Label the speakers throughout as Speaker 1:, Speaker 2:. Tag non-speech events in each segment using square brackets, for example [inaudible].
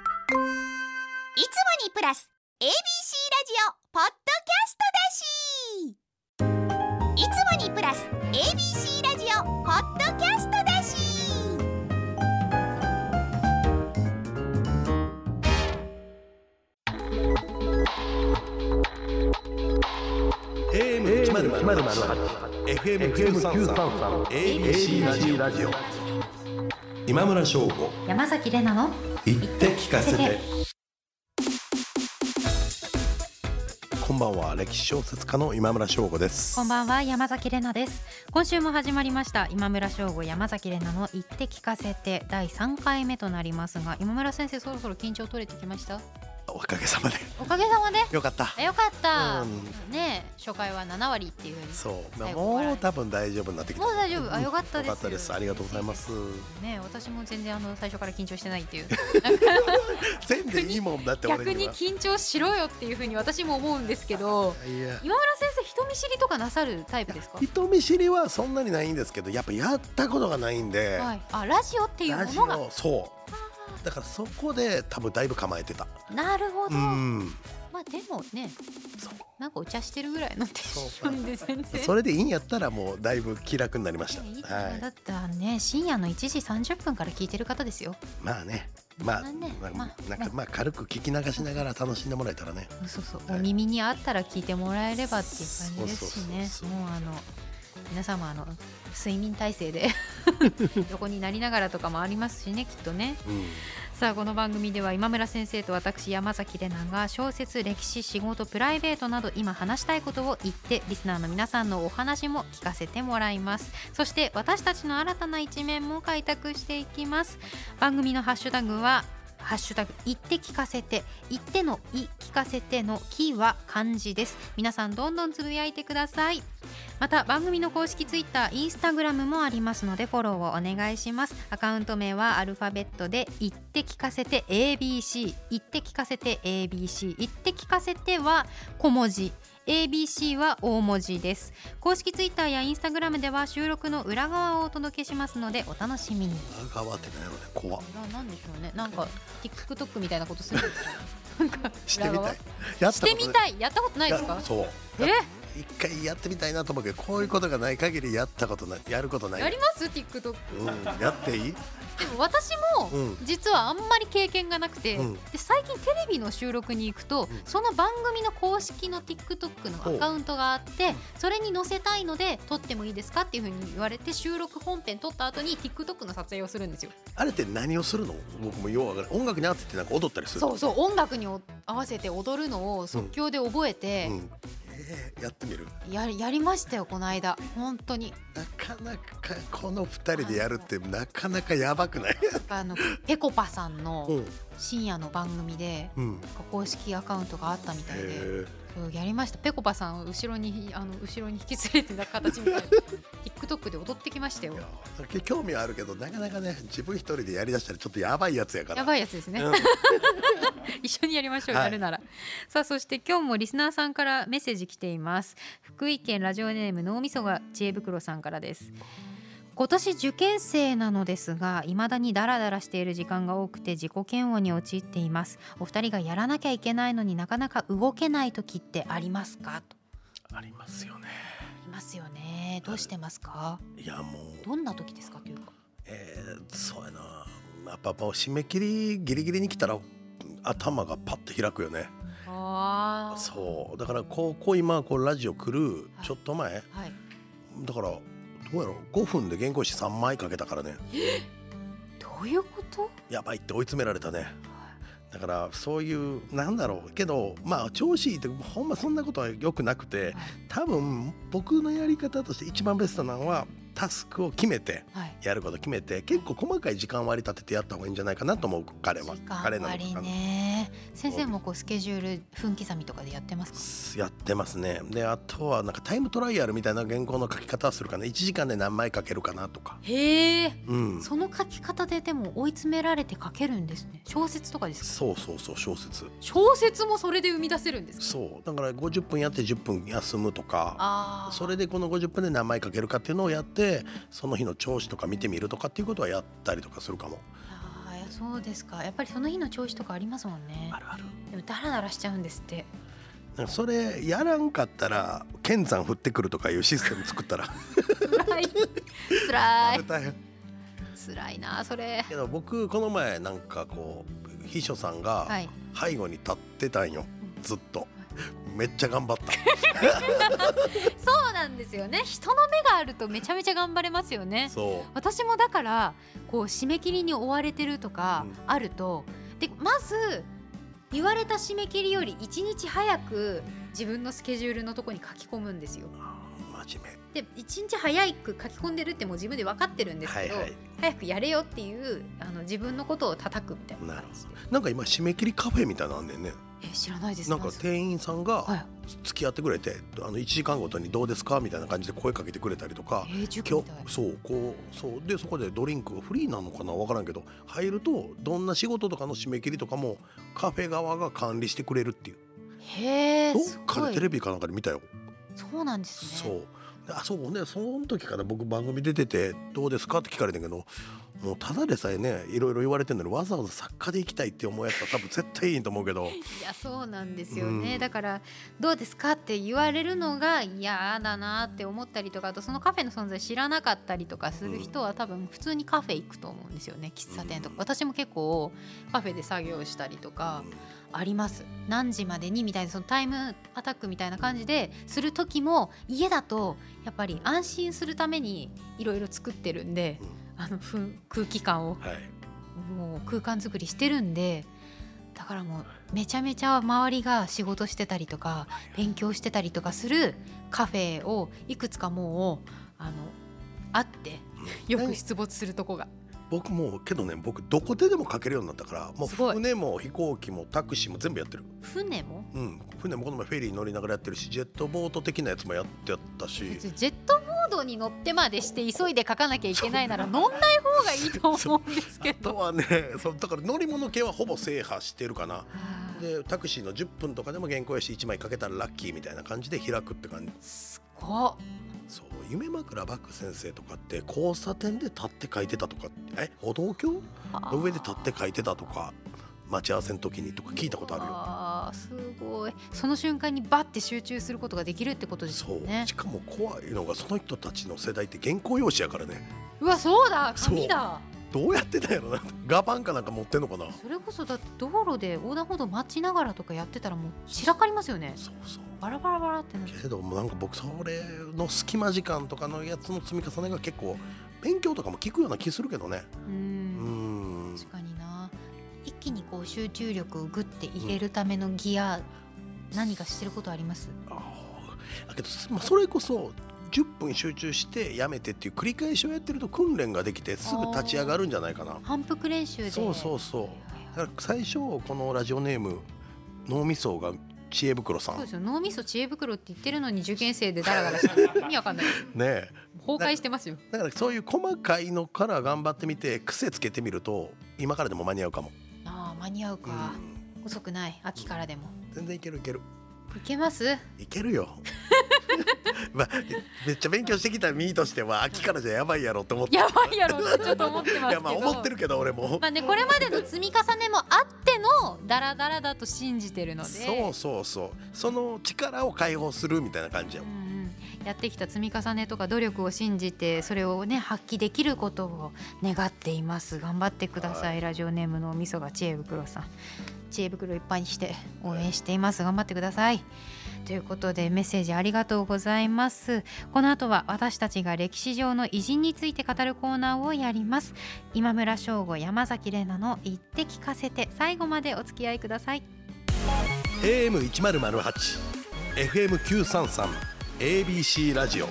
Speaker 1: いつもにプラス ABC ラジオポッドキャストだしいつもにプラス ABC ラジオポッドキャストだし
Speaker 2: 今村翔吾
Speaker 3: 山崎れなの
Speaker 2: 言って聞かせて [laughs] こんばんは歴史小説家の今村翔吾です
Speaker 3: こんばんは山崎れなです今週も始まりました今村翔吾山崎れなの言って聞かせて第三回目となりますが今村先生そろそろ緊張取れてきました
Speaker 2: おかげさまで
Speaker 3: おかげさまで
Speaker 2: よかった
Speaker 3: あよかった、
Speaker 2: うん
Speaker 3: ねえ初回は七割っていうふうに
Speaker 2: そう、まあ
Speaker 3: 最後から
Speaker 2: もう多分大丈夫になってきた
Speaker 3: もう大丈夫あ
Speaker 2: うん
Speaker 3: よかったです
Speaker 2: よかったですありがとうございます
Speaker 3: ねえ私も全然あの最初から緊張してない
Speaker 2: [laughs]
Speaker 3: っていう
Speaker 2: 全然いいもんだって俺
Speaker 3: 逆に
Speaker 2: は
Speaker 3: 緊張しろよっていうふうに私も思うんですけど
Speaker 2: いや
Speaker 3: 今村先生人見知りとかなさるタイプですか
Speaker 2: 人見知りはそんなにないんですけどやっぱやったことがないんで、
Speaker 3: はい、あラジオっていう
Speaker 2: ラ
Speaker 3: も
Speaker 2: ジ
Speaker 3: のが
Speaker 2: オそうだからそこで多分だいぶ構えてた
Speaker 3: なるほ
Speaker 2: う
Speaker 3: ど、
Speaker 2: ん
Speaker 3: まあでもね
Speaker 2: そう
Speaker 3: なんかお茶してるぐらいのテンションで全然。
Speaker 2: それでいいんやったらもうだいぶ気楽になりまし
Speaker 3: いやいい
Speaker 2: たは
Speaker 3: かだ
Speaker 2: い
Speaker 3: ったらね深夜の1時30分から聞いてる方ですよ。
Speaker 2: まあねまあ
Speaker 3: そんなね
Speaker 2: まあ
Speaker 3: まあ
Speaker 2: なんかまあ軽く聞き流しながら楽しんでもらえたらね
Speaker 3: そうそうそう、
Speaker 2: はい
Speaker 3: お耳に合ったら聞いてもらえればっていう感じですしね
Speaker 2: そうそうそうそう
Speaker 3: もうあの皆様あの睡眠体
Speaker 2: [laughs]
Speaker 3: 制で [laughs] 横になりながらとかもありますしねきっとね。
Speaker 2: うん
Speaker 3: さあこの番組では今村先生と私山崎怜奈が小説歴史仕事プライベートなど今話したいことを言ってリスナーの皆さんのお話も聞かせてもらいますそして私たちの新たな一面も開拓していきます番組のハッシュタグはハッシュタグ言って聞かせて言ってのい聞かせてのキーは漢字です皆さんどんどんつぶやいてくださいまた番組の公式ツイッターインスタグラムもありますのでフォローをお願いしますアカウント名はアルファベットで言って聞かせて ABC 言って聞かせて ABC 言って聞かせては小文字 ABC は大文字です公式ツイッターやインスタグラムでは収録の裏側をお届けしますのでお楽しみに
Speaker 2: 裏側ってないのね怖っ
Speaker 3: 裏なんでしょうねなんか TikTok みたいなことするんですかなんか
Speaker 2: してみ
Speaker 3: 裏
Speaker 2: た
Speaker 3: 側
Speaker 2: いやっ
Speaker 3: [laughs] した
Speaker 2: こ
Speaker 3: て
Speaker 2: と
Speaker 3: み
Speaker 2: ない
Speaker 3: たいやったことないですか
Speaker 2: やそう
Speaker 3: え
Speaker 2: 一回やってみたいなと思うけどこういうことがない限りやったことないやることない
Speaker 3: やります TikTok で
Speaker 2: うんやっていい
Speaker 3: も私も、
Speaker 2: うん
Speaker 3: 実はあんまり経験がなくて、
Speaker 2: うん
Speaker 3: で最近テレビの収録に行くと、
Speaker 2: ん
Speaker 3: その番組の公式の TikTok のアカウントがあってそれに載せたいので撮ってもいいですかっていうふうに言われて収録本編撮った後に TikTok の撮影をするんですよ
Speaker 2: あれって何をするの僕もようわからない音楽に合わせてなんか踊ったりする
Speaker 3: そうそう音楽にお合わせて踊るのを即興で覚えて
Speaker 2: う、んえーやってみる
Speaker 3: ややりましたよこの間本当に
Speaker 2: なかなかこの二人でやるってなかなかやばくない
Speaker 3: あ
Speaker 2: [laughs]
Speaker 3: のぺこぱさんの
Speaker 2: ん
Speaker 3: 深夜の番組で
Speaker 2: うん
Speaker 3: 公式アカウントがあったみたいで。
Speaker 2: え
Speaker 3: そうやりましたぺこぱさんを後ろにあの後ろに引き連れてた形みた
Speaker 2: [laughs]
Speaker 3: いな TikTok で踊ってきましたよ
Speaker 2: ーいやー興味はあるけどなかなかね自分一人でやりだしたらちょっとやばいやつやから
Speaker 3: やばいやつですね、
Speaker 2: うん
Speaker 3: 一緒にやりましょう、
Speaker 2: はい
Speaker 3: やるならさあそして今日もリスナーさんからメッセージ来ています福井県ラジオネーム脳みそが知恵袋さんからです今年受験生なのですが未だにダラダラしている時間が多くて自己嫌悪に陥っていますお二人がやらなきゃいけないのになかなか動けない時ってありますかと
Speaker 2: [laughs] ありますよね
Speaker 3: ありますよねどうしてますか
Speaker 2: いやもう
Speaker 3: どんな時ですかというか
Speaker 2: えー、そうやなやっぱもう締め切りギリギリに来たら頭がパッと開くよね
Speaker 3: あ
Speaker 2: そうだからこうこう今こうラジオ来る
Speaker 3: はい
Speaker 2: ちょっと前、
Speaker 3: う。はい。
Speaker 2: だからどうやろう5分で原稿紙3枚かけたからね
Speaker 3: どういうこと？
Speaker 2: やばいって追い詰められたねだからそういうなんだろうけどまあ調子いいってほんまそんなことはよくなくて多分僕のやり方として一番ベストなのはタスクを決めて
Speaker 3: はい。
Speaker 2: やること決めて結構細かい時間割り立ててやった方がいいんじゃないかなと思う彼は
Speaker 3: 時間
Speaker 2: 彼なの
Speaker 3: 割
Speaker 2: か
Speaker 3: り
Speaker 2: な
Speaker 3: ね。先生もこうスケジュール分刻みとかでやってますか？
Speaker 2: やってますねであとはなんかタイムトライアルみたいな原稿の書き方はするかな1時間で何枚書けるかなとか
Speaker 3: へえ。
Speaker 2: うん
Speaker 3: その書き方ででも追い詰められて書けるんですね。小説とかですか？
Speaker 2: そうそうそう小説
Speaker 3: 小説もそれで生み出せるんですか？
Speaker 2: そうだから50分やって10分休むとか
Speaker 3: ああ。
Speaker 2: それでこの50分で何枚書けるかっていうのをやってその日の調子とか見てみるとかっていうことはやったりとかするかも
Speaker 3: あー。そそうですかやっぱりその日の調子とかありますもんね
Speaker 2: あるある
Speaker 3: でもダラダラしちゃうんですって
Speaker 2: なんかそれやらんかったら剣山降ってくるとかいうシステム作ったら
Speaker 3: 辛い辛い
Speaker 2: 大変
Speaker 3: 辛いなそれ
Speaker 2: けど僕この前なんかこう秘書さん
Speaker 3: は
Speaker 2: が
Speaker 3: い
Speaker 2: 背後に立ってたんよ
Speaker 3: うん
Speaker 2: ずっとめっちゃ頑張った
Speaker 3: そうなんですよね人の目があるとめちゃめちゃ頑張れますよ [laughs] ね
Speaker 2: そ
Speaker 3: 私もだからこう締め切りに追われてるとか
Speaker 2: うん
Speaker 3: あると、でまず言われた締め切りより1日早く自分のスケジュールのとこに書き込むんですよ
Speaker 2: う真面
Speaker 3: で1日早く書き込んでるってもう自分で分かってるん
Speaker 2: 目
Speaker 3: です
Speaker 2: は
Speaker 3: け
Speaker 2: い
Speaker 3: ど、
Speaker 2: はい
Speaker 3: 早くやれよっていうあの自分のことを叩くみたいな
Speaker 2: なる
Speaker 3: 感じで
Speaker 2: なんか今締め切りカフェみたいなのあんねんね
Speaker 3: え知らないです
Speaker 2: なんか
Speaker 3: それ
Speaker 2: 店員さん
Speaker 3: は
Speaker 2: が
Speaker 3: い
Speaker 2: 付き合ってくれてあの1時間ごとにどうですかみたいな感じで声かけてくれたりとか
Speaker 3: えー、塾
Speaker 2: 今
Speaker 3: み
Speaker 2: 日
Speaker 3: たい
Speaker 2: そうこうそうでそこでドリンクフリーなのかな分からんけど入るとどんな仕事とかの締め切りとかもカフェ側が管理してくれるっていう
Speaker 3: へえ
Speaker 2: どっ
Speaker 3: す
Speaker 2: か
Speaker 3: ご
Speaker 2: でテレ
Speaker 3: い
Speaker 2: ビかなんかで見たよ
Speaker 3: そうなんです
Speaker 2: そ
Speaker 3: ね
Speaker 2: うであそうほんでその時から僕番組出てて「どうですか?」って聞かれてんけどもうただでさえねいろいろ言われてんのにわざわざ作家で行きたいって思うやつは多分絶対いいと思うけど
Speaker 3: いやそうなんですよね、
Speaker 2: うん
Speaker 3: だからどうですかって言われるのが嫌だなって思ったりとかあとそのカフェの存在知らなかったりとかする人は多分普通にカフェ行くと思うんですよね喫茶店とか、
Speaker 2: うん
Speaker 3: 私も結構カフェで作業したりとかあります何時までにみたいなそのタイムアタックみたいな感じでする時も家だとやっぱり安心するためにいろいろ作ってるんで
Speaker 2: うん、
Speaker 3: あのふん空気感を
Speaker 2: はい
Speaker 3: もう空間作りしてるんでだからもうめちゃめちゃ周りが仕事してたりとか勉強してたりとかするカフェをいくつかもうあのあってよく出没するとこが
Speaker 2: 僕もうけどね僕どこででも書けるようになったからもう
Speaker 3: すごい
Speaker 2: 船も飛行機もタクシーも全部やってる、
Speaker 3: 船も
Speaker 2: うん、船もこの前フェリー乗りながらやってるしジェットボート的なやつもやってやったし
Speaker 3: 別にジェットボードに乗ってまでして急いで書かなきゃいけないなら乗んない方がいいと思うんです
Speaker 2: [laughs]
Speaker 3: け
Speaker 2: あと
Speaker 3: ど。
Speaker 2: はねそうだから乗り物系はほぼ制覇してるかなでタクシーの10分とかでも原稿用紙1枚かけたらラッキーみたいな感じで開くって感じ
Speaker 3: すごっ
Speaker 2: そう夢枕バック先生とかって交差点で立って書いてたとかえ歩道橋の上で立って書いてたとか待ち合わせの時にとか聞いたことあるよ
Speaker 3: あーすごいその瞬間にバッて集中することができるってことです
Speaker 2: そ
Speaker 3: よ
Speaker 2: う
Speaker 3: ね
Speaker 2: しかも怖いのがその人たちの世代って原稿用紙やからね
Speaker 3: うわそうだ
Speaker 2: そう
Speaker 3: 紙だ
Speaker 2: どうやってたんやろなガバンかなんか持ってんのかな
Speaker 3: それこそだって道路で横断歩道待ちながらとかやってたらもう散らかりますよね
Speaker 2: そうそう
Speaker 3: バラバラバラってなる
Speaker 2: けどもうなんか僕それの隙間時間とかのやつの積み重ねが結構勉強とかも聞くような気するけどね
Speaker 3: う
Speaker 2: うんん
Speaker 3: 確かにな一気にこう集中力をグッて入れるためのギア、何かしてることあります
Speaker 2: ああけど、まあ、それこそ10分集中してやめてっていう繰り返しをやってると訓練ができてすぐ立ち上がるんじゃないかな
Speaker 3: 反復練習で
Speaker 2: そうそう
Speaker 3: そ
Speaker 2: そうだから最初このラジオネーム脳みそが知恵袋さん
Speaker 3: そう
Speaker 2: ね
Speaker 3: ですよ脳みそ知恵袋って言ってるのに受験生でダラダラしてる意味
Speaker 2: [laughs]
Speaker 3: わかんないです
Speaker 2: え
Speaker 3: 崩壊してますよ
Speaker 2: だからそういう細かいのから頑張ってみて癖つけてみると今からでも間に合うかも、
Speaker 3: ああ間に合う
Speaker 2: う
Speaker 3: か、
Speaker 2: ん、
Speaker 3: 遅くない秋からでも
Speaker 2: 全然いけるいける
Speaker 3: いけます [laughs]
Speaker 2: いけるよ [laughs] まあ、めっちゃ勉強してきた身としては秋からじゃやばいやろと思って
Speaker 3: やばいやろってちょっと思ってますけど
Speaker 2: いやまあ思ってるけど俺も
Speaker 3: まあね、これまでの積み重ねもあってのダラダラだと信じてるので
Speaker 2: そうそうそうその力を解放するみたいな感じや
Speaker 3: う
Speaker 2: もん
Speaker 3: んうんやってきた積み重ねとか努力を信じてそれをね発揮できることを願っています頑張ってください、ラジオネームのおみそが知恵袋さん知恵袋いっぱいにして応援しています頑張ってくださいということでメッセージありがとうございますこの後は私たちが歴史上の偉人について語るコーナーをやります今村翔吾山崎怜奈の言って聞かせて最後までお付き合いください
Speaker 2: AM1008FM933 ABC ラジオ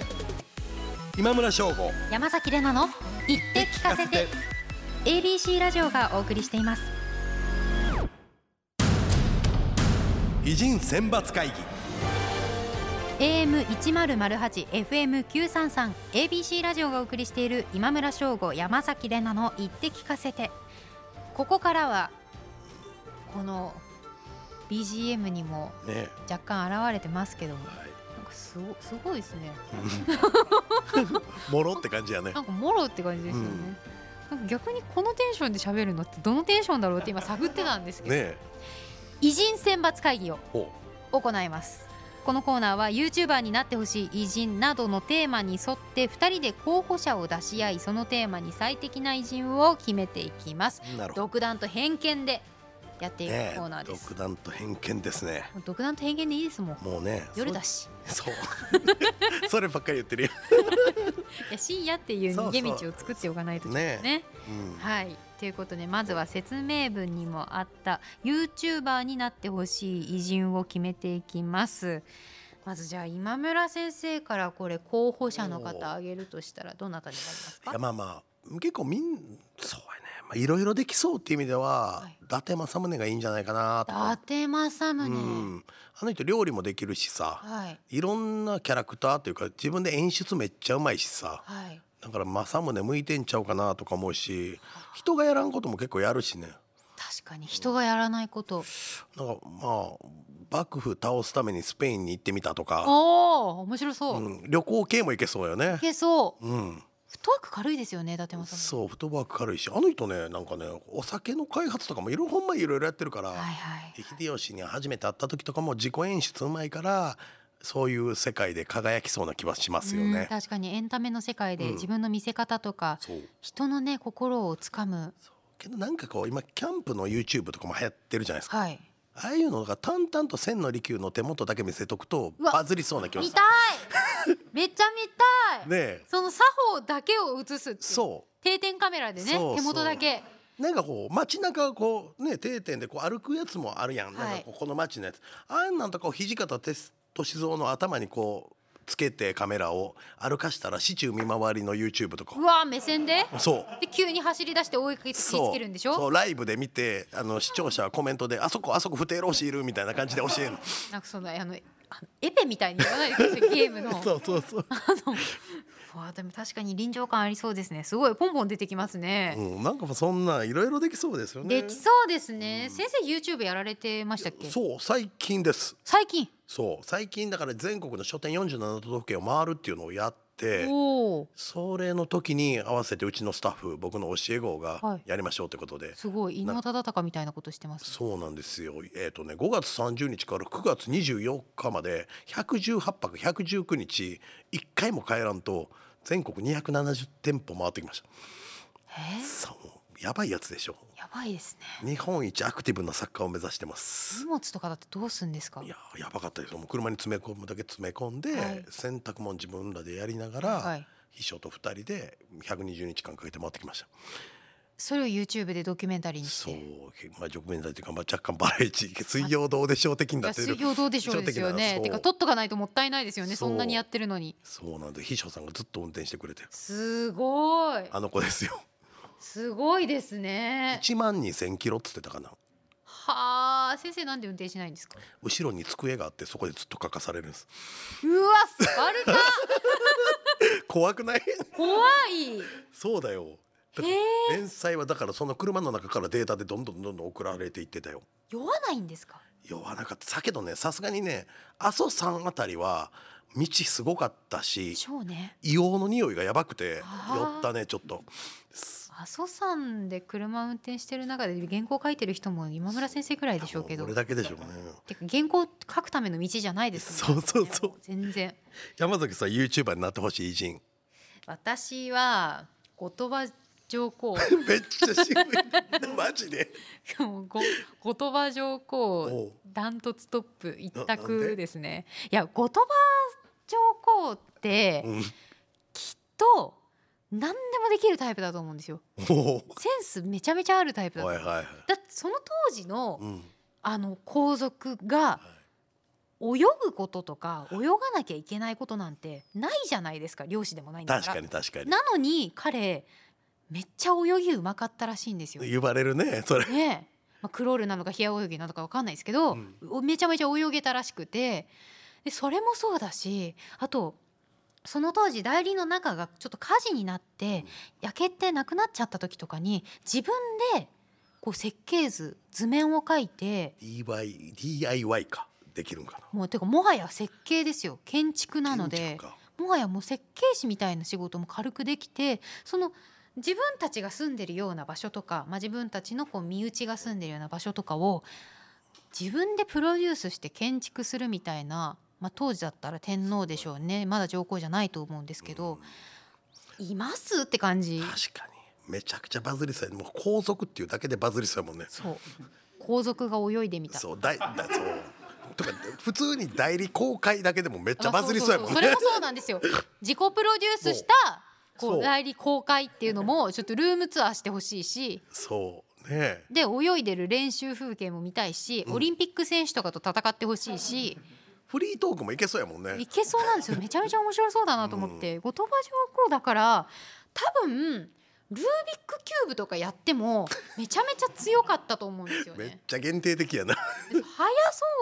Speaker 2: 今村翔吾
Speaker 3: 山崎怜奈の言って聞かせて ABC ラジオがお送りしています
Speaker 2: 偉人選抜会議
Speaker 3: AM 一0 0 8 FM 九三三 ABC ラジオがお送りしている今村翔吾山崎怜奈の言って聞かせてここからはこの BGM にも
Speaker 2: ね
Speaker 3: 若干現れてますけども
Speaker 2: え、はい
Speaker 3: なんかすごすごいですね
Speaker 2: うん [laughs] もろって感じやね
Speaker 3: なんかもろって感じですよね、なんか逆にこのテンションで喋るのってどのテンションだろうって今探ってたんですけど、
Speaker 2: え
Speaker 3: 偉人選抜会議を
Speaker 2: ほ
Speaker 3: 行いますこのコーナーは YouTuber になってほしい偉人などのテーマに沿って2人で候補者を出し合いそのテーマに最適な偉人を決めていきます
Speaker 2: うなるほど
Speaker 3: 独断と偏見でやっていく
Speaker 2: ねえ
Speaker 3: コーナーです、
Speaker 2: 独断と偏見ですね
Speaker 3: もう独断と偏見でいいですもん
Speaker 2: もうね
Speaker 3: 夜だし
Speaker 2: そう [laughs] そればっかり言ってるよ、
Speaker 3: いや深夜っていう逃げ道を作っておかないとちょっと
Speaker 2: ねえ
Speaker 3: ね
Speaker 2: うん
Speaker 3: はいということでまずは説明文にもあった YouTuber になってほしい偉人を決めていきますまずじゃあ今村先生からこれ候補者の
Speaker 2: お
Speaker 3: 方
Speaker 2: ー
Speaker 3: 挙げるとしたらどなたになります
Speaker 2: いや
Speaker 3: か
Speaker 2: まあまあ結構みんそうやねまあいろいろできそうっていう意味では、
Speaker 3: はい
Speaker 2: 伊達政宗がいいんじゃないかなと
Speaker 3: 伊達
Speaker 2: う
Speaker 3: 政宗、
Speaker 2: ん、あの人料理もできるしさ
Speaker 3: はい
Speaker 2: いろんなキャラクターというか自分で演出めっちゃうまいしさ
Speaker 3: はい
Speaker 2: だから政宗向いてんちゃうかなとか思うし人がやらんことも結構やるしね
Speaker 3: 確かに人がやらないこと
Speaker 2: なんかまあ幕府倒すためにスペインに行ってみたとか、
Speaker 3: おお面白
Speaker 2: う
Speaker 3: そう、い
Speaker 2: ん、旅行系も行けそうよね。
Speaker 3: けそう
Speaker 2: うん、
Speaker 3: フットワーク軽いですよね伊達政宗
Speaker 2: そうフットワーク軽いしあの人ねなんかねお酒の開発とかもいろほんまいろいろやってるから、
Speaker 3: はいはい
Speaker 2: 秀吉に初めて会った時とかも自己演出うまいからそういう世界で輝きそうな気はしますよ
Speaker 3: うん
Speaker 2: ね。
Speaker 3: 確かにエンタメの世界で
Speaker 2: うん
Speaker 3: 自分の見せ方とか、
Speaker 2: そう
Speaker 3: 人のね心をつかむ
Speaker 2: けどなんかこう今キャンプの YouTube とかも流行ってるじゃないですか
Speaker 3: はい
Speaker 2: ああいうのが淡々と千の利休の手元だけ見せとくと
Speaker 3: うわ
Speaker 2: バズりそうな気が
Speaker 3: 見
Speaker 2: す
Speaker 3: たいめっちゃ見たい、
Speaker 2: る。ねえ
Speaker 3: その作法だけを映すっていう
Speaker 2: そ
Speaker 3: 定点カメラでね
Speaker 2: そうそう
Speaker 3: 手元だけ
Speaker 2: うなんかこう街中こうね定点でこう歩くやつもあるやん,、なんかこうこの街のやつあんなんとかを土方歳三の頭にこうつけてカメラを歩かしたら市中見回りの YouTube とか
Speaker 3: うわー目線で
Speaker 2: そう
Speaker 3: で急に走り出して追いかけつ
Speaker 2: そう
Speaker 3: けるんでし
Speaker 2: そ
Speaker 3: ょ
Speaker 2: うライブで見てあの視聴者はコメントで「あそこあそこ不定老子いる」みたいな感じで教えるの
Speaker 3: なんかそのあのあのエペみたいに言わないでくださいゲームの
Speaker 2: [laughs] そうそうそう、
Speaker 3: わあでも確かに臨場感ありそうですねすごいポンポン出てきますね、
Speaker 2: うん、なんかそんないろいろできそうですよね
Speaker 3: できそうですね、先生 YouTube やられてましたっけ
Speaker 2: そう最近です
Speaker 3: 最近
Speaker 2: そう最近だから全国の書店47都道府県を回るっていうのをやって
Speaker 3: おお
Speaker 2: それの時に合わせてうちのスタッフ僕の教え子
Speaker 3: は
Speaker 2: が
Speaker 3: い
Speaker 2: やりましょうってことで、
Speaker 3: すごい伊能忠敬みたいなことしてますね
Speaker 2: そうなんですよえっ、とね5月30日から9月24日まで118泊119日1回も帰らんと全国270店舗回ってきました
Speaker 3: えー
Speaker 2: さあもうやばいやつでしょ
Speaker 3: やばいですね
Speaker 2: 日本一アクティブな作家を目指してます
Speaker 3: 荷物とかだってどうすんですか
Speaker 2: いやーやばかったですよもう車に詰め込むだけ詰め込んで、
Speaker 3: はい
Speaker 2: 洗濯も自分らでやりながら、
Speaker 3: はい、
Speaker 2: 秘書と2人で120日間かけて回ってきました
Speaker 3: それを YouTube でドキュメンタリーにし
Speaker 2: そう
Speaker 3: て。、
Speaker 2: まあ、直面台というか、まあ、若干バラエティー水曜どうでしょう的に
Speaker 3: い
Speaker 2: な
Speaker 3: や
Speaker 2: ってる
Speaker 3: 水曜どうでしょうですよ
Speaker 2: 一応的な
Speaker 3: ね
Speaker 2: そう
Speaker 3: てか取っとかないともったいないですよね
Speaker 2: そ
Speaker 3: そうそんなにやってるのに
Speaker 2: そうなんで秘書さんがずっと運転してくれて
Speaker 3: すごい
Speaker 2: あの子ですよ
Speaker 3: すごいですね
Speaker 2: 1万2000キロっつってたかな
Speaker 3: はあ先生なんで運転しないんですか
Speaker 2: 後ろに机があってそこでずっと書かされるんです
Speaker 3: うわス
Speaker 2: [laughs]
Speaker 3: パルタ
Speaker 2: 怖くない
Speaker 3: 怖いへ
Speaker 2: そうだよだから
Speaker 3: え
Speaker 2: 連載はだからその車の中からデータでどんどんどんどん送られていってたよ
Speaker 3: 酔わないんですか
Speaker 2: 酔わなかっただけどねさすがにね阿蘇山あたりは道すごかったし
Speaker 3: しょうね
Speaker 2: 硫黄の匂いがやばくて
Speaker 3: あー
Speaker 2: 酔ったねちょっと
Speaker 3: 阿蘇山で車運転してる中で原稿書いてる人も今村先生くらいでしょうけど
Speaker 2: 俺だけでしょうね
Speaker 3: てか原稿書くための道じゃないですもんね
Speaker 2: そうそうそう
Speaker 3: も全然
Speaker 2: 山崎さん YouTuber になってほしい偉
Speaker 3: [laughs]
Speaker 2: 人
Speaker 3: 私は後鳥羽上 [laughs] 皇
Speaker 2: めっちゃ渋いマジで
Speaker 3: もうご後鳥羽上
Speaker 2: おう
Speaker 3: 皇ダントツトップ一
Speaker 2: ななんで
Speaker 3: 択ですねいや後鳥羽上皇って
Speaker 2: うん
Speaker 3: きっと何でもできるタイプだと思うんですよ
Speaker 2: お
Speaker 3: センスめちゃめちゃあるタイプ
Speaker 2: ー
Speaker 3: だと
Speaker 2: はいは
Speaker 3: だ
Speaker 2: いはい
Speaker 3: ってその当時の
Speaker 2: うん
Speaker 3: あの皇族が泳ぐこととか泳がなきゃいけないことなんてないじゃないですか漁師でもないんだ
Speaker 2: 確
Speaker 3: か
Speaker 2: か
Speaker 3: ら
Speaker 2: に確かに
Speaker 3: なのに彼めっちゃ泳ぎうまかったらしいんですよ。
Speaker 2: 言われるねそれ
Speaker 3: ねえまあ、クロールなのか平泳ぎなのかわかんないですけど、
Speaker 2: うん
Speaker 3: おめちゃめちゃ泳げたらしくてでそれもそうだしあとその当時代理の中がちょっと火事になって、焼けてなくなっちゃった時とかに自分でこう設計図図面を描いて
Speaker 2: DIY DIY かできるんか
Speaker 3: もうてかもはや設計ですよ建築
Speaker 2: な
Speaker 3: なので。
Speaker 2: 建築家
Speaker 3: もはやもう設計士みたいな仕事も軽くできてその自分たちが住んでるような場所とか、まあ、自分たちのこう身内が住んでるような場所とかを自分でプロデュースして建築するみたいな、まあ、当時だったら天皇でしょうねまだ上皇じゃないと思うんですけど、いますって感じ
Speaker 2: 確かにめちゃくちゃバズりそうやもう皇族っていうだけでバズりそうやもんね
Speaker 3: そう皇族が泳いでみた
Speaker 2: そうだいだそうとか普通に代理公開だけでもめっちゃバズりそうやもん
Speaker 3: あそうそう
Speaker 2: ね
Speaker 3: そうそれもそうなん
Speaker 2: [laughs]
Speaker 3: ですよ自己プロデュースした
Speaker 2: そ
Speaker 3: こ
Speaker 2: う
Speaker 3: う代理公開っていうのもちょっとルームツアーしてほしいし
Speaker 2: そうね
Speaker 3: で泳いでる練習風景も見たいし、
Speaker 2: うん
Speaker 3: オリンピック選手とかと戦ってほしいし、
Speaker 2: フリートークもいけそうやもんね
Speaker 3: いけそうなんですよめちゃめちゃ面白そうだなと思って、後鳥羽上皇だから多分ルービックキューブとかやってもめちゃめちゃ強かったと思うんですよ
Speaker 2: [laughs] めっ
Speaker 3: ね。
Speaker 2: ちゃ限定的やな [laughs]
Speaker 3: 速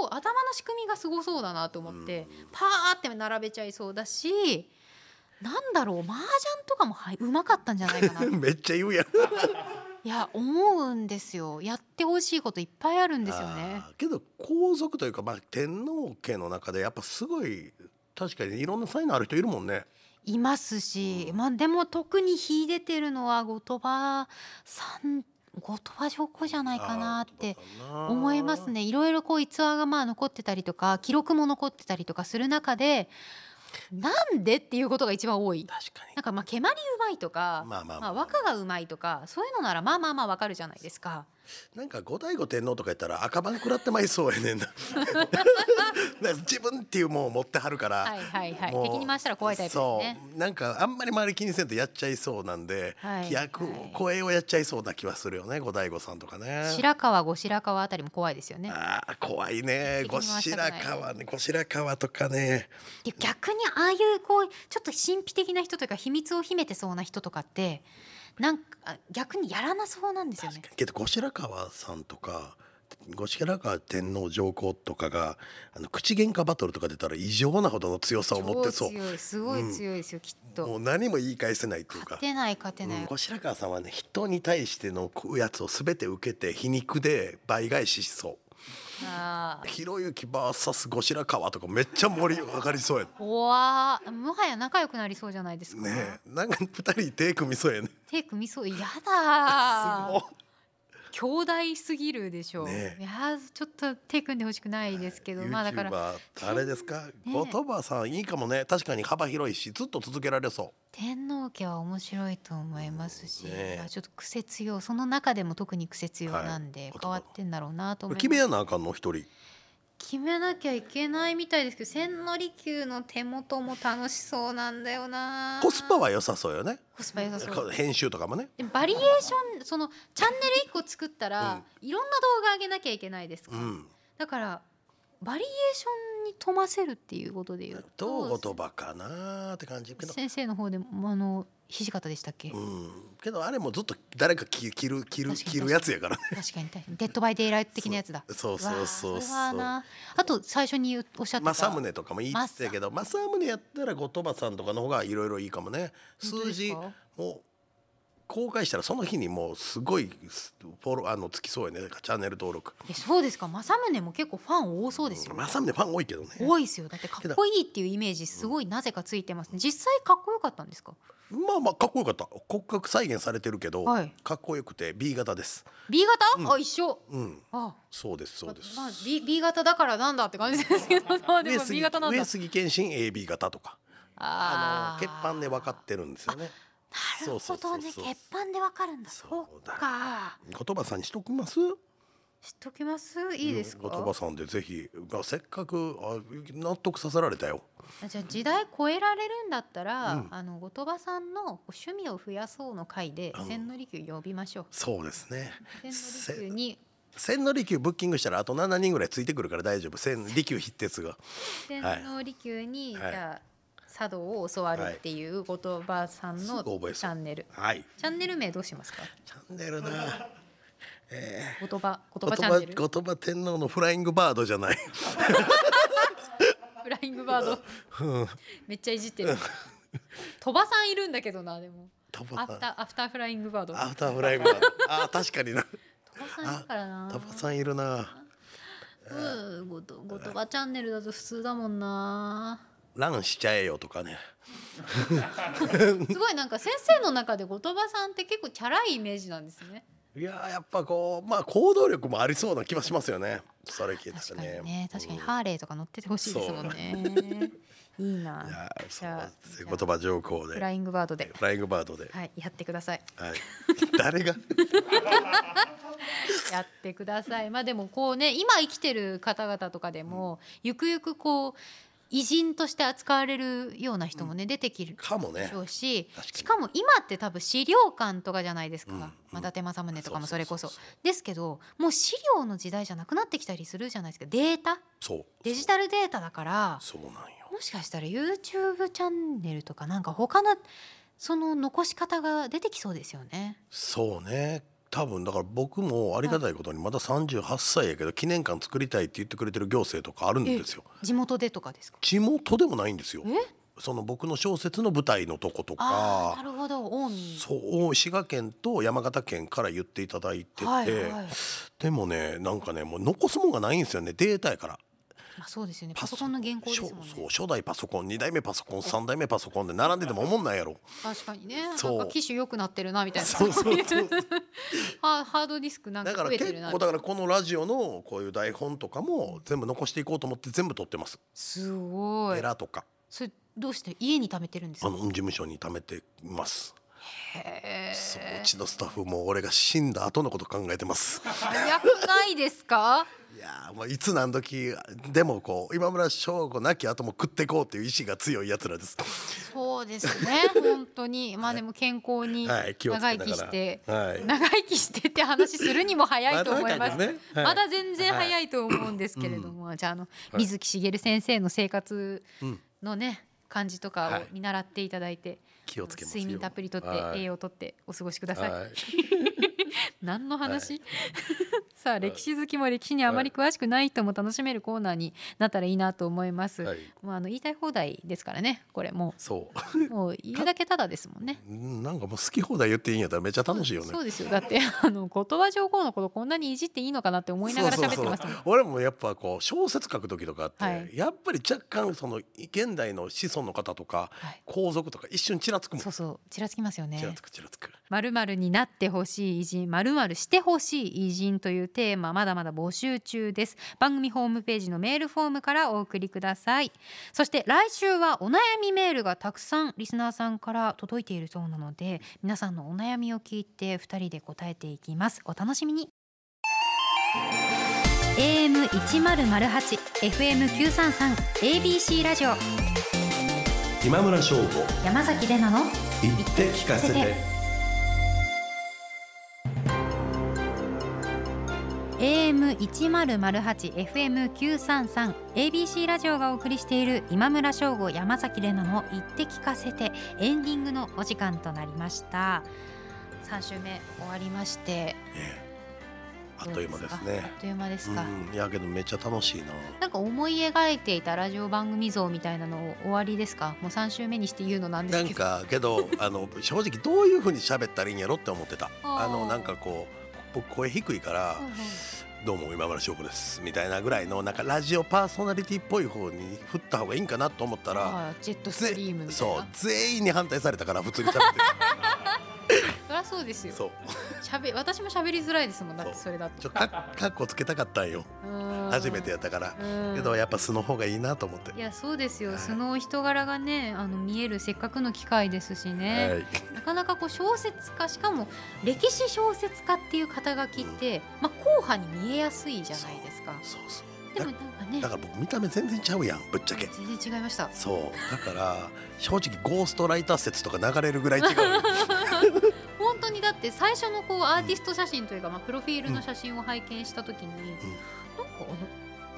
Speaker 3: そう頭の仕組みがすごそうだなと思って、パーって並べちゃいそうだしなんだろう麻雀とかもはいうまかったんじゃないかな
Speaker 2: [laughs] めっちゃ言うやん
Speaker 3: いや思うんですよやってほしいこといっぱいあるんですよね。
Speaker 2: あーけど皇族というか、まあ、天皇家の中でやっぱすごい確かにいろんな才能ある人いるもんね。
Speaker 3: いますし、まあでも特に秀でてるのは後鳥羽さん後鳥羽上皇じゃないかなって思います。ねいろいろこう逸話がまあ残ってたりとか記録も残ってたりとかする中でなんでっていうことが一番多い。
Speaker 2: 確か
Speaker 3: なんかまあ蹴まりうまいとか、
Speaker 2: まあまあまあ
Speaker 3: 和歌がうまいとかそういうのならまあまあまあわかるじゃないですか。
Speaker 2: になんか後醍醐天皇とかやったら赤番食らってまいそうや
Speaker 3: [laughs]
Speaker 2: ねんななんか自分っていうもんを持ってはるから、
Speaker 3: はいはいはい。
Speaker 2: もう
Speaker 3: 敵に回したら怖いタイプですね。
Speaker 2: そうなんかあんまり周り気にせんとやっちゃいそうなんで、
Speaker 3: はい
Speaker 2: 役
Speaker 3: はい
Speaker 2: 声をやっちゃいそうな気はするよね後醍醐さんとかね。
Speaker 3: 白川後白河あたりも怖いですよね。
Speaker 2: あー怖いね
Speaker 3: 敵
Speaker 2: 後
Speaker 3: に回し
Speaker 2: 白
Speaker 3: たくない
Speaker 2: 河ね後白河とかね。
Speaker 3: で逆にああいうこうちょっと神秘的な人というか秘密を秘めてそうな人とかってなんかあ逆にやらなそうなんですよね。
Speaker 2: けど後白河さんとか後白河天皇上皇とかがあの口喧嘩バトルとか出たら異常なほどの強さを持ってそう
Speaker 3: 超強いすごい強いですよ、きっ
Speaker 2: も
Speaker 3: と。
Speaker 2: う何も言い返せないっていう
Speaker 3: 勝
Speaker 2: か、
Speaker 3: てない勝てない。
Speaker 2: うん後白河さんはね人に対してのやつを全て受けて皮肉で倍返ししそう
Speaker 3: あー
Speaker 2: ひろゆき VS 後白河とかめっちゃ盛り上がりそうや
Speaker 3: 怖ーもはや仲良くなりそうじゃないですか。
Speaker 2: ねえなんか二人手組みそうやね
Speaker 3: 手組みそうやだ
Speaker 2: [laughs] す
Speaker 3: ー。兄弟すぎるでしょう。
Speaker 2: ねえ
Speaker 3: いやーちょっと手組んでほしくないですけど、まあだから。
Speaker 2: YouTuber あれですか
Speaker 3: え
Speaker 2: 後鳥羽さんいいかもね確かに幅広いしずっと続けられそう
Speaker 3: 天皇家は面白いと思いますし、
Speaker 2: ねえ
Speaker 3: まあちょっと癖強いその中でも特に癖強いなんで、
Speaker 2: はい
Speaker 3: 変わってんだろうなと
Speaker 2: これ
Speaker 3: 思います
Speaker 2: 決めやなあかんの一人
Speaker 3: 決めなきゃいけないみたいですけど千利休の手元も楽しそうなんだよな
Speaker 2: コスパは良さそうよね
Speaker 3: コスパ良さそう
Speaker 2: 編集とかもね
Speaker 3: でもバリエーションそのチャンネル1個作ったら、いろんな動画上げなきゃいけないです
Speaker 2: う
Speaker 3: から、
Speaker 2: ん
Speaker 3: だからバリエーションに富ませるっていうことで言う
Speaker 2: どう
Speaker 3: と
Speaker 2: ごとばかなって感じけど
Speaker 3: 先生の方でもあの土方でしたっけ、
Speaker 2: うんけどあれもずっと誰か着着る着る
Speaker 3: 確かに
Speaker 2: 着るやつやから [laughs] ね
Speaker 3: 確かに確かにデッドバイデイライト的なやつだ
Speaker 2: そうそうそうそ
Speaker 3: わあれは
Speaker 2: う
Speaker 3: なあと最初におっしゃってた
Speaker 2: 政宗とかもいいってやけど政宗やったら後鳥羽さんとかの方がいろいろいいかもね
Speaker 3: 本当
Speaker 2: 数
Speaker 3: です
Speaker 2: 字
Speaker 3: か
Speaker 2: を公開したらその日にもうすごいフォローあのつきそうやねチャンネル登録
Speaker 3: えそうですか政宗も結構ファン多そうですよ、
Speaker 2: 政宗ファン多いけどね
Speaker 3: 多いですよだってかっこいいっていうイメージすごいなぜかついてます実際かっこよかったんですか
Speaker 2: まあまあかっこよかった骨格再現されてるけど、
Speaker 3: はい
Speaker 2: かっこよくて B 型です
Speaker 3: B 型、あ一緒
Speaker 2: うん
Speaker 3: あ
Speaker 2: そうですそうです、
Speaker 3: まあ、B, B 型だからなんだって感じです
Speaker 2: [laughs]
Speaker 3: けどまあで
Speaker 2: 上
Speaker 3: も
Speaker 2: 杉
Speaker 3: B 型なんだ
Speaker 2: 上杉謙信 AB 型とかあの
Speaker 3: ー
Speaker 2: 血板で分かってるんですよね
Speaker 3: なる
Speaker 2: そ
Speaker 3: ほ
Speaker 2: うそ
Speaker 3: ど
Speaker 2: うそ
Speaker 3: ね
Speaker 2: うそう
Speaker 3: 血板でわかるんだそ
Speaker 2: そう
Speaker 3: う
Speaker 2: だ
Speaker 3: か
Speaker 2: 言葉さんにしときます
Speaker 3: 知っときますいいですか、
Speaker 2: うん言葉さんでぜひ、まあ、せっかくあ納得させられたよ
Speaker 3: じゃあ時代超えられるんだったら、
Speaker 2: うん
Speaker 3: あの後鳥羽さんの趣味を増やそうの会で
Speaker 2: うん
Speaker 3: 千利休呼びましょう。
Speaker 2: そうですね
Speaker 3: 千利休に
Speaker 2: 千利休ブッキングしたらあと7人ぐらいついてくるから大丈夫 [laughs] 千利休筆鉄が
Speaker 3: 千利休に、
Speaker 2: はい
Speaker 3: じゃあ茶道を教わるっていう後鳥羽さん
Speaker 2: す
Speaker 3: の
Speaker 2: ぐ
Speaker 3: チ
Speaker 2: 覚えそう
Speaker 3: ャンネル。
Speaker 2: はい
Speaker 3: チャンネル名どうしますか？
Speaker 2: チャンネルな
Speaker 3: 後鳥羽後
Speaker 2: 言
Speaker 3: 鳥羽チャ
Speaker 2: 葉
Speaker 3: ンネル。
Speaker 2: 言葉天皇のフライングバードじゃない
Speaker 3: フライングバード。めっちゃいじってる。鳥羽さんいるんだけどなでも。
Speaker 2: 言葉さ
Speaker 3: アフ
Speaker 2: ん
Speaker 3: タ
Speaker 2: [laughs]
Speaker 3: ーアフターフライングバード。
Speaker 2: アフターフライングバードあー確かにな
Speaker 3: 鳥羽さんいるからな。
Speaker 2: タパさんいるな
Speaker 3: うん、ごと、ごとばチャンネルだと普通だもんな。
Speaker 2: ランしちゃえよとかね
Speaker 3: すごいなんか先生の中で後鳥羽さんって結構チャラいイメージなんですね。
Speaker 2: いやーやっぱこうまあ行動力もありそうな気はしますよねそれ聞い
Speaker 3: 確
Speaker 2: た
Speaker 3: から
Speaker 2: ね
Speaker 3: にね、確かに
Speaker 2: うん
Speaker 3: ハーレーとか乗っててほしいですもんね。いい
Speaker 2: い
Speaker 3: な。
Speaker 2: やー
Speaker 3: じゃあ
Speaker 2: そう言葉上皇で
Speaker 3: フライングバードで、
Speaker 2: フライングバードで、
Speaker 3: はい、やってください。
Speaker 2: はい、誰が
Speaker 3: やってください。まあでもこうね今生きてる方々とかでも、ゆくゆくこう偉人として扱われるような人もね、出てきる
Speaker 2: かも
Speaker 3: で
Speaker 2: ね
Speaker 3: しょうし、
Speaker 2: 確かに
Speaker 3: しかも今って多分資料館とかじゃないですか、
Speaker 2: うんうん
Speaker 3: まあ、伊達政宗とかもそれこそう
Speaker 2: う
Speaker 3: ですけどもう資料の時代じゃなくなってきたりするじゃないですかデータ
Speaker 2: そう
Speaker 3: デジタルデータだから
Speaker 2: そうなんよ
Speaker 3: もしかしたら YouTube チャンネルとかなんか他のその残し方が出てきそうですよね。
Speaker 2: そうね多分だから僕もありがたいことにまだ38歳やけど記念館作りたいって言ってくれてる行政とかあるんですよ
Speaker 3: 地元でとかですか。
Speaker 2: 地元でもないんですよ
Speaker 3: え？
Speaker 2: その僕の小説の舞台のとこと
Speaker 3: ああな
Speaker 2: か
Speaker 3: るほど。近江。
Speaker 2: そう滋賀県と山形県から言っていただいてて、
Speaker 3: はいはい。
Speaker 2: でもねなんかねもう残すもんがないんですよねデータやから
Speaker 3: まあそうですよね。
Speaker 2: パ
Speaker 3: パ
Speaker 2: ソ
Speaker 3: ソコンの原稿ですもんね。
Speaker 2: 初そう初代パソコン2代目パソコン3代目パソコンで並んでても思んないやろ
Speaker 3: 確かにね。なん
Speaker 2: そう
Speaker 3: か機種良くなってるなみたいな。
Speaker 2: そうそうそう
Speaker 3: そういうハハードディスクなんか
Speaker 2: だから
Speaker 3: 増え
Speaker 2: 結
Speaker 3: てるな
Speaker 2: 構。だからこのラジオのこういう台本とかも全部残していこうと思って全部撮ってます
Speaker 3: すごい
Speaker 2: エ。ラとか
Speaker 3: それどうして家に貯めてるんです
Speaker 2: あ
Speaker 3: か
Speaker 2: の。事務所に貯めてます
Speaker 3: へえ。
Speaker 2: そううちのスタッフも俺が死んだ後のこと考えて
Speaker 3: [laughs]
Speaker 2: ます
Speaker 3: 早くないですか。
Speaker 2: いやーもういつ何時でもこう今村翔吾なき後も食っていこうっていう意志が強いやつらです
Speaker 3: そうですね。本当に。まあでも健康に
Speaker 2: はい気をつけながら
Speaker 3: 長生きして。
Speaker 2: はい
Speaker 3: 長生きしてって話するにも早いと思いま
Speaker 2: まだ
Speaker 3: す。
Speaker 2: ねはい
Speaker 3: まだ全然早いと思うんですけれども、じゃああの、水木しげる先生の生活
Speaker 2: うん
Speaker 3: のね感じとか
Speaker 2: は
Speaker 3: を
Speaker 2: い
Speaker 3: 見習っていただいて、
Speaker 2: 気をつけますよ
Speaker 3: 睡眠たっぷりとって、
Speaker 2: はい
Speaker 3: 栄養とってお過ごしください。
Speaker 2: はい
Speaker 3: 何の話、
Speaker 2: は
Speaker 3: [laughs] さあ歴史好きも歴史にあまり詳しくない人も楽しめるコーナーになったらいいなと思います。
Speaker 2: はい
Speaker 3: まああの言いたい放題ですからね、これも
Speaker 2: そう
Speaker 3: うもう言うだけただですもんね。
Speaker 2: うんなんかもう好き放題言っていいんやったらめっちゃ楽しいよね
Speaker 3: そうですよ。だって [laughs] あの後鳥羽上皇のことこんなにいじっていいのかなって思いながら喋ってますもん。
Speaker 2: 俺もやっぱこう小説書く時とかって、
Speaker 3: はい
Speaker 2: やっぱり若干その現代の子孫の方とか
Speaker 3: はい
Speaker 2: 皇族とか一瞬ちらつくもん
Speaker 3: そうそう、ちらつきますよね
Speaker 2: ち。らつくちらつく
Speaker 3: まるまるになってほしい偉人、まるまるしてほしい偉人というテーマまだまだ募集中です。番組ホームページのメールフォームからお送りください。そして来週はお悩みメールがたくさんリスナーさんから届いているそうなので、皆さんのお悩みを聞いて二人で答えていきます。お楽しみに。AM 一ゼロゼ八、FM 九三三、ABC ラジオ
Speaker 2: 今村翔吾
Speaker 3: 山崎れなの。
Speaker 2: 言って聞か
Speaker 3: せて AM 一ゼロゼ八 FM 九三三 ABC ラジオがお送りしている今村翔吾山崎れなの言って聞かせてエンディングのお時間となりました。三週目終わりまして
Speaker 2: あっという間です
Speaker 3: どうか
Speaker 2: ね
Speaker 3: あっという間ですか。
Speaker 2: うんいやけどめっちゃ楽しいな
Speaker 3: なんか思い描いていたラジオ番組像みたいなの終わりですか。もう三週目にして言うのなんで
Speaker 2: な
Speaker 3: す
Speaker 2: ん
Speaker 3: けど。
Speaker 2: かけどあの正直どういう風に喋ったらいいんやろって思ってた
Speaker 3: あー
Speaker 2: あのなんかこう僕声低いから
Speaker 3: うんうん
Speaker 2: 「どうも今村翔吾です」みたいなぐらいのなんかラジオパーソナリティっぽい方に振った方がいいんかなと思ったら
Speaker 3: あージェットスト
Speaker 2: ぜ
Speaker 3: リームみたい
Speaker 2: そう
Speaker 3: な。
Speaker 2: 全員に反対された
Speaker 3: [laughs]
Speaker 2: から普通に喋って
Speaker 3: そりゃそうですよ
Speaker 2: る。そう
Speaker 3: 喋私も喋りづらいですもんだって
Speaker 2: そう
Speaker 3: それだ
Speaker 2: ちょ
Speaker 3: と。
Speaker 2: かかっこつけたかったんよ初
Speaker 3: 初
Speaker 2: めてやったから
Speaker 3: うん
Speaker 2: けどやっぱ素の方がいいなと思って
Speaker 3: いやそうですよ、
Speaker 2: はい
Speaker 3: そのお人柄がねあの見えるせっかくの機会ですしね、
Speaker 2: はい
Speaker 3: なかなかこう小説家しかも歴史小説家っていう肩書きって、まあ、硬派に見えやすいじゃないですか
Speaker 2: そうそう
Speaker 3: でも
Speaker 2: だ
Speaker 3: なんかね
Speaker 2: だから僕見た目全然ちゃうやんぶっちゃけ
Speaker 3: 全然違いました
Speaker 2: そうだから正直ゴーストライター説とか流れるぐらい違うよ
Speaker 3: 本当にだって最初のこうアーティスト写真というか、まあ、プロフィールの写真を拝見した時に、なんかあの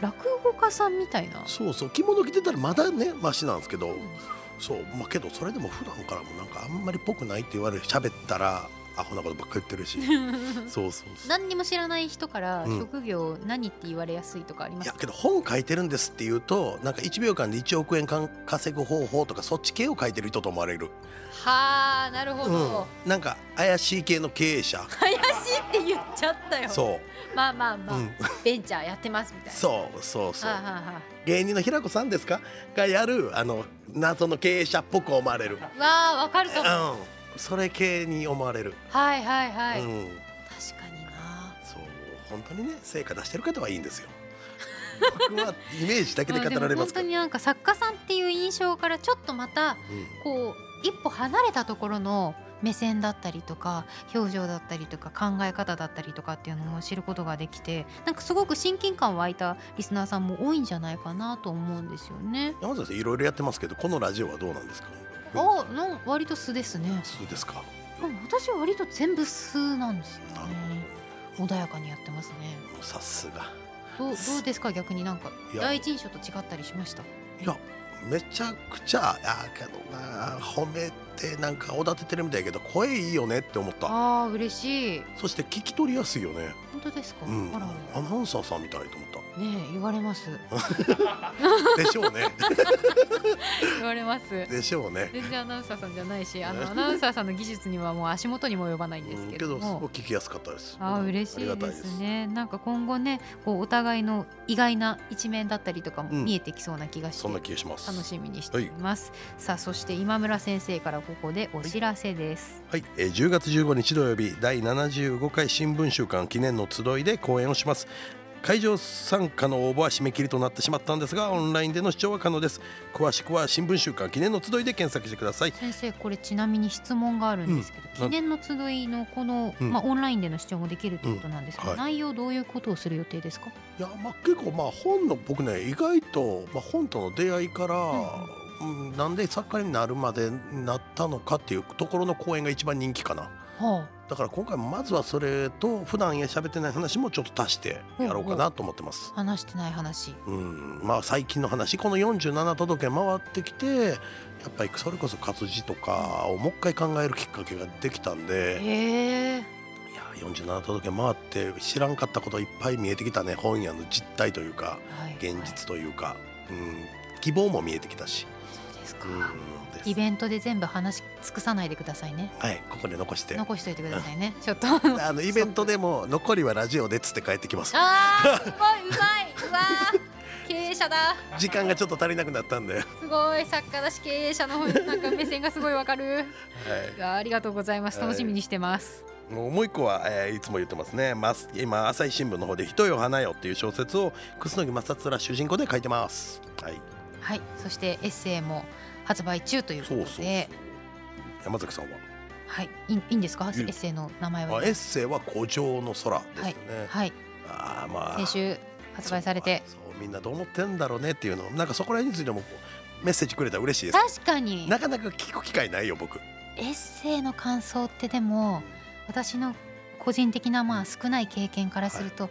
Speaker 3: 落語家さんみたいな
Speaker 2: そうそう着物着てたらまだねマシなんですけど
Speaker 3: そうなんですよ
Speaker 2: そうまあけどそれでも普段からもなんかあんまりっぽくないって言われる喋ったらアホなことばっかり言ってる
Speaker 3: [laughs]
Speaker 2: しそうそうそう
Speaker 3: [laughs] 何にも知らない人から
Speaker 2: うん
Speaker 3: 職業何って言われやすいとかありま
Speaker 2: い
Speaker 3: す
Speaker 2: や
Speaker 3: か、
Speaker 2: けど本書いてるんですって言うとなんか1秒間で1億円かん稼ぐ方法とかそっち系を書いてる人と思われる、
Speaker 3: はあなるほ
Speaker 2: う
Speaker 3: ど、
Speaker 2: ん、なんか怪しい系の経営者
Speaker 3: 怪しいって言っちゃったよ
Speaker 2: そ
Speaker 3: まあまあま
Speaker 2: う、
Speaker 3: あ、
Speaker 2: うん、
Speaker 3: ベンチャーやってますみたいな
Speaker 2: そうそうそう
Speaker 3: はあはあは
Speaker 2: 芸人の平子さんですかがやるあの謎の経営者っぽく思われる、
Speaker 3: あわあわかるかも、
Speaker 2: うん、それ系に思われる、
Speaker 3: はいはいはい、
Speaker 2: うん、
Speaker 3: 確かにな
Speaker 2: そう本当にね成果出してる方はいいんですよ [laughs] 僕はイメージだけで語
Speaker 3: で
Speaker 2: ら
Speaker 3: も
Speaker 2: れま
Speaker 3: 本
Speaker 2: す
Speaker 3: 当
Speaker 2: から、
Speaker 3: になんか作家さんっていう印象からちょっとま
Speaker 2: う
Speaker 3: た
Speaker 2: ん
Speaker 3: こう一歩離れたところの目線だったりとか表情だったりとか考え方だったりとかっていうのも知ることができてなんかすごく親近感湧いたリスナーさんも多いんじゃないかなと思うんですよね。
Speaker 2: 山崎さんいろいろやってますけどこのラジオはどうなんですか
Speaker 3: あなんか割と素ですね。
Speaker 2: そうですか
Speaker 3: でも私は割と全部素なんですよ
Speaker 2: なる
Speaker 3: ね。穏やかにやってますね。
Speaker 2: ほどさすが
Speaker 3: どうどうですか逆になんか
Speaker 2: いや
Speaker 3: 第一印象と違ったりしました。
Speaker 2: いやめちゃくちゃあけどな褒めてなんかおだててるみたいやけど声いいよねって思った
Speaker 3: ああ嬉しい。
Speaker 2: そして聞き取りやすいよね
Speaker 3: 本当ですか。
Speaker 2: うん
Speaker 3: あら
Speaker 2: アナウンサーさんみたいと思っ
Speaker 3: ねえ言われます。
Speaker 2: たでしょうね [laughs]
Speaker 3: 言われます。
Speaker 2: でしょうね
Speaker 3: 全然アナウンサーさんじゃないし、あのアナウンサーさんの技術にはもう足元にも及ばないんです
Speaker 2: うん
Speaker 3: け
Speaker 2: け
Speaker 3: れど
Speaker 2: どすご
Speaker 3: も。
Speaker 2: く聞きやすかったです
Speaker 3: あー
Speaker 2: うん
Speaker 3: 嬉し
Speaker 2: あ
Speaker 3: い
Speaker 2: りが
Speaker 3: で
Speaker 2: た
Speaker 3: すねなんか今後ねこうお互いの意外な一面だったりとか
Speaker 2: う
Speaker 3: も
Speaker 2: ん
Speaker 3: 見えてきそうな気がして
Speaker 2: そんな気がします
Speaker 3: 楽しみにしています、さあそして今村先生からここでお知らせです、
Speaker 2: はい、えー10月15日土曜日第75回新聞週間記念の集いで講演をします会場参加の応募は締め切りとなってしまったんですがオンラインでの視聴は可能です詳しくは新聞週間記念の集いで検索してください
Speaker 3: 先生これちなみに質問があるんですけど、
Speaker 2: うん
Speaker 3: 記念の集いのこの、
Speaker 2: うん
Speaker 3: まあオンラインでの視聴もできるということなんですが、
Speaker 2: うんはい
Speaker 3: 内容どういうことをする予定ですか
Speaker 2: いやまあ結構まあ本の僕ね意外と、まあ、本との出会いから、うんなんで作家になるまでなったのかっていうところの講演が一番人気かな
Speaker 3: は
Speaker 2: だから今回まずはそれと普段喋ってない話もちょっと足してやろうかなと思ってます
Speaker 3: あ、話してない話
Speaker 2: うんまあ、最近の話この47都道府県回ってきてやっぱりそれこそ活字とかをもう一回考えるきっかけができたんで
Speaker 3: へえ
Speaker 2: いや47都道府県回って知らんかったこといっぱい見えてきたね本屋の実態というか
Speaker 3: はい
Speaker 2: 現実というか、うん、希望も見えてきたし、
Speaker 3: そうです
Speaker 2: う
Speaker 3: か、
Speaker 2: んです
Speaker 3: イベントで全部話し尽くさないでくださいね
Speaker 2: はい、ここで残して
Speaker 3: 残しといてくださいね [laughs] ちょっと
Speaker 2: あのイベントでも残りはラジオでっつって帰ってきます
Speaker 3: あーすごいうまいうわー経営者だ
Speaker 2: 時間がちょっと足りなくなったんで、はい、
Speaker 3: すごい作家だし経営者のなんか目線がすごいわかるいやありがとうございます
Speaker 2: はい
Speaker 3: 楽しみにしてます、
Speaker 2: もうもう一個は、えーいつも言ってますね、ます今朝日新聞の方で「ひとよ花よ」っていう小説を楠木正ら主人公で書いてます、はい、
Speaker 3: はい、そしてエッセイも発売中ということで
Speaker 2: 山崎さんは
Speaker 3: はいいいいいんですかエ
Speaker 2: いい
Speaker 3: ッセイの名前は
Speaker 2: あエッセイは「古城の空」ですよね、
Speaker 3: はい
Speaker 2: ああまあ
Speaker 3: 先週発売されて
Speaker 2: そうそうみんなどう思ってんだろうねっていうのなんかそこら辺についてもこうメッセージくれたら嬉しいです
Speaker 3: 確かに
Speaker 2: なかなか聞く機会ないよ僕
Speaker 3: エッセイの感想ってでも私の個人的なまあ少ない経験からすると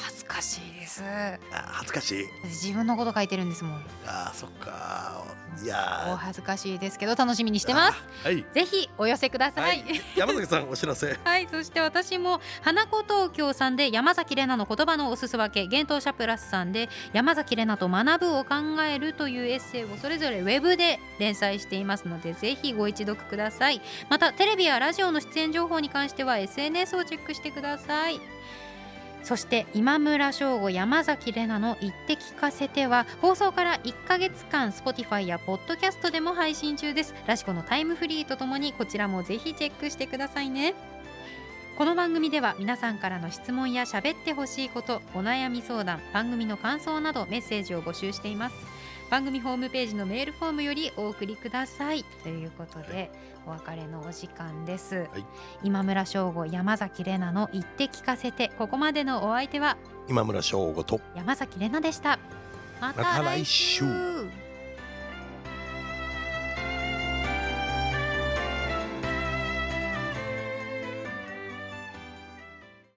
Speaker 3: 恥ずかしいです
Speaker 2: あー恥ずかしい
Speaker 3: 自分のこと書いてるんですもん
Speaker 2: あーそっかい
Speaker 3: お
Speaker 2: や
Speaker 3: 恥ずかしいですけど楽しみにしてます
Speaker 2: ーはい、
Speaker 3: ぜひお寄せください、はい、
Speaker 2: 山崎さんお知らせ
Speaker 3: そして私も花子東京さんで山崎怜奈の言葉のおすすわけ幻冬者プラスさんで山崎怜奈と学ぶを考えるというエッセイをそれぞれウェブで連載していますのでぜひご一読くださいまたテレビやラジオの出演情報に関しては SNS をチェックしてくださいそして今村翔吾山崎怜奈の「言って聞かせては」放送から1ヶ月間 Spotify や Podcast でも配信中ですラシコのタイムフリーとともにこちらもぜひチェックしてくださいねこの番組では皆さんからの質問や喋ってほしいことお悩み相談番組の感想などメッセージを募集しています番組ホームページのメールフォームよりお送りくださいということでお別れのお時間です、
Speaker 2: い
Speaker 3: 今村翔吾山崎怜奈の言って聞かせてここまでのお相手は
Speaker 2: 今村翔吾と
Speaker 3: 山崎怜奈でしたま
Speaker 2: ま
Speaker 3: た
Speaker 2: た
Speaker 3: 来
Speaker 2: 来
Speaker 3: 週
Speaker 2: 週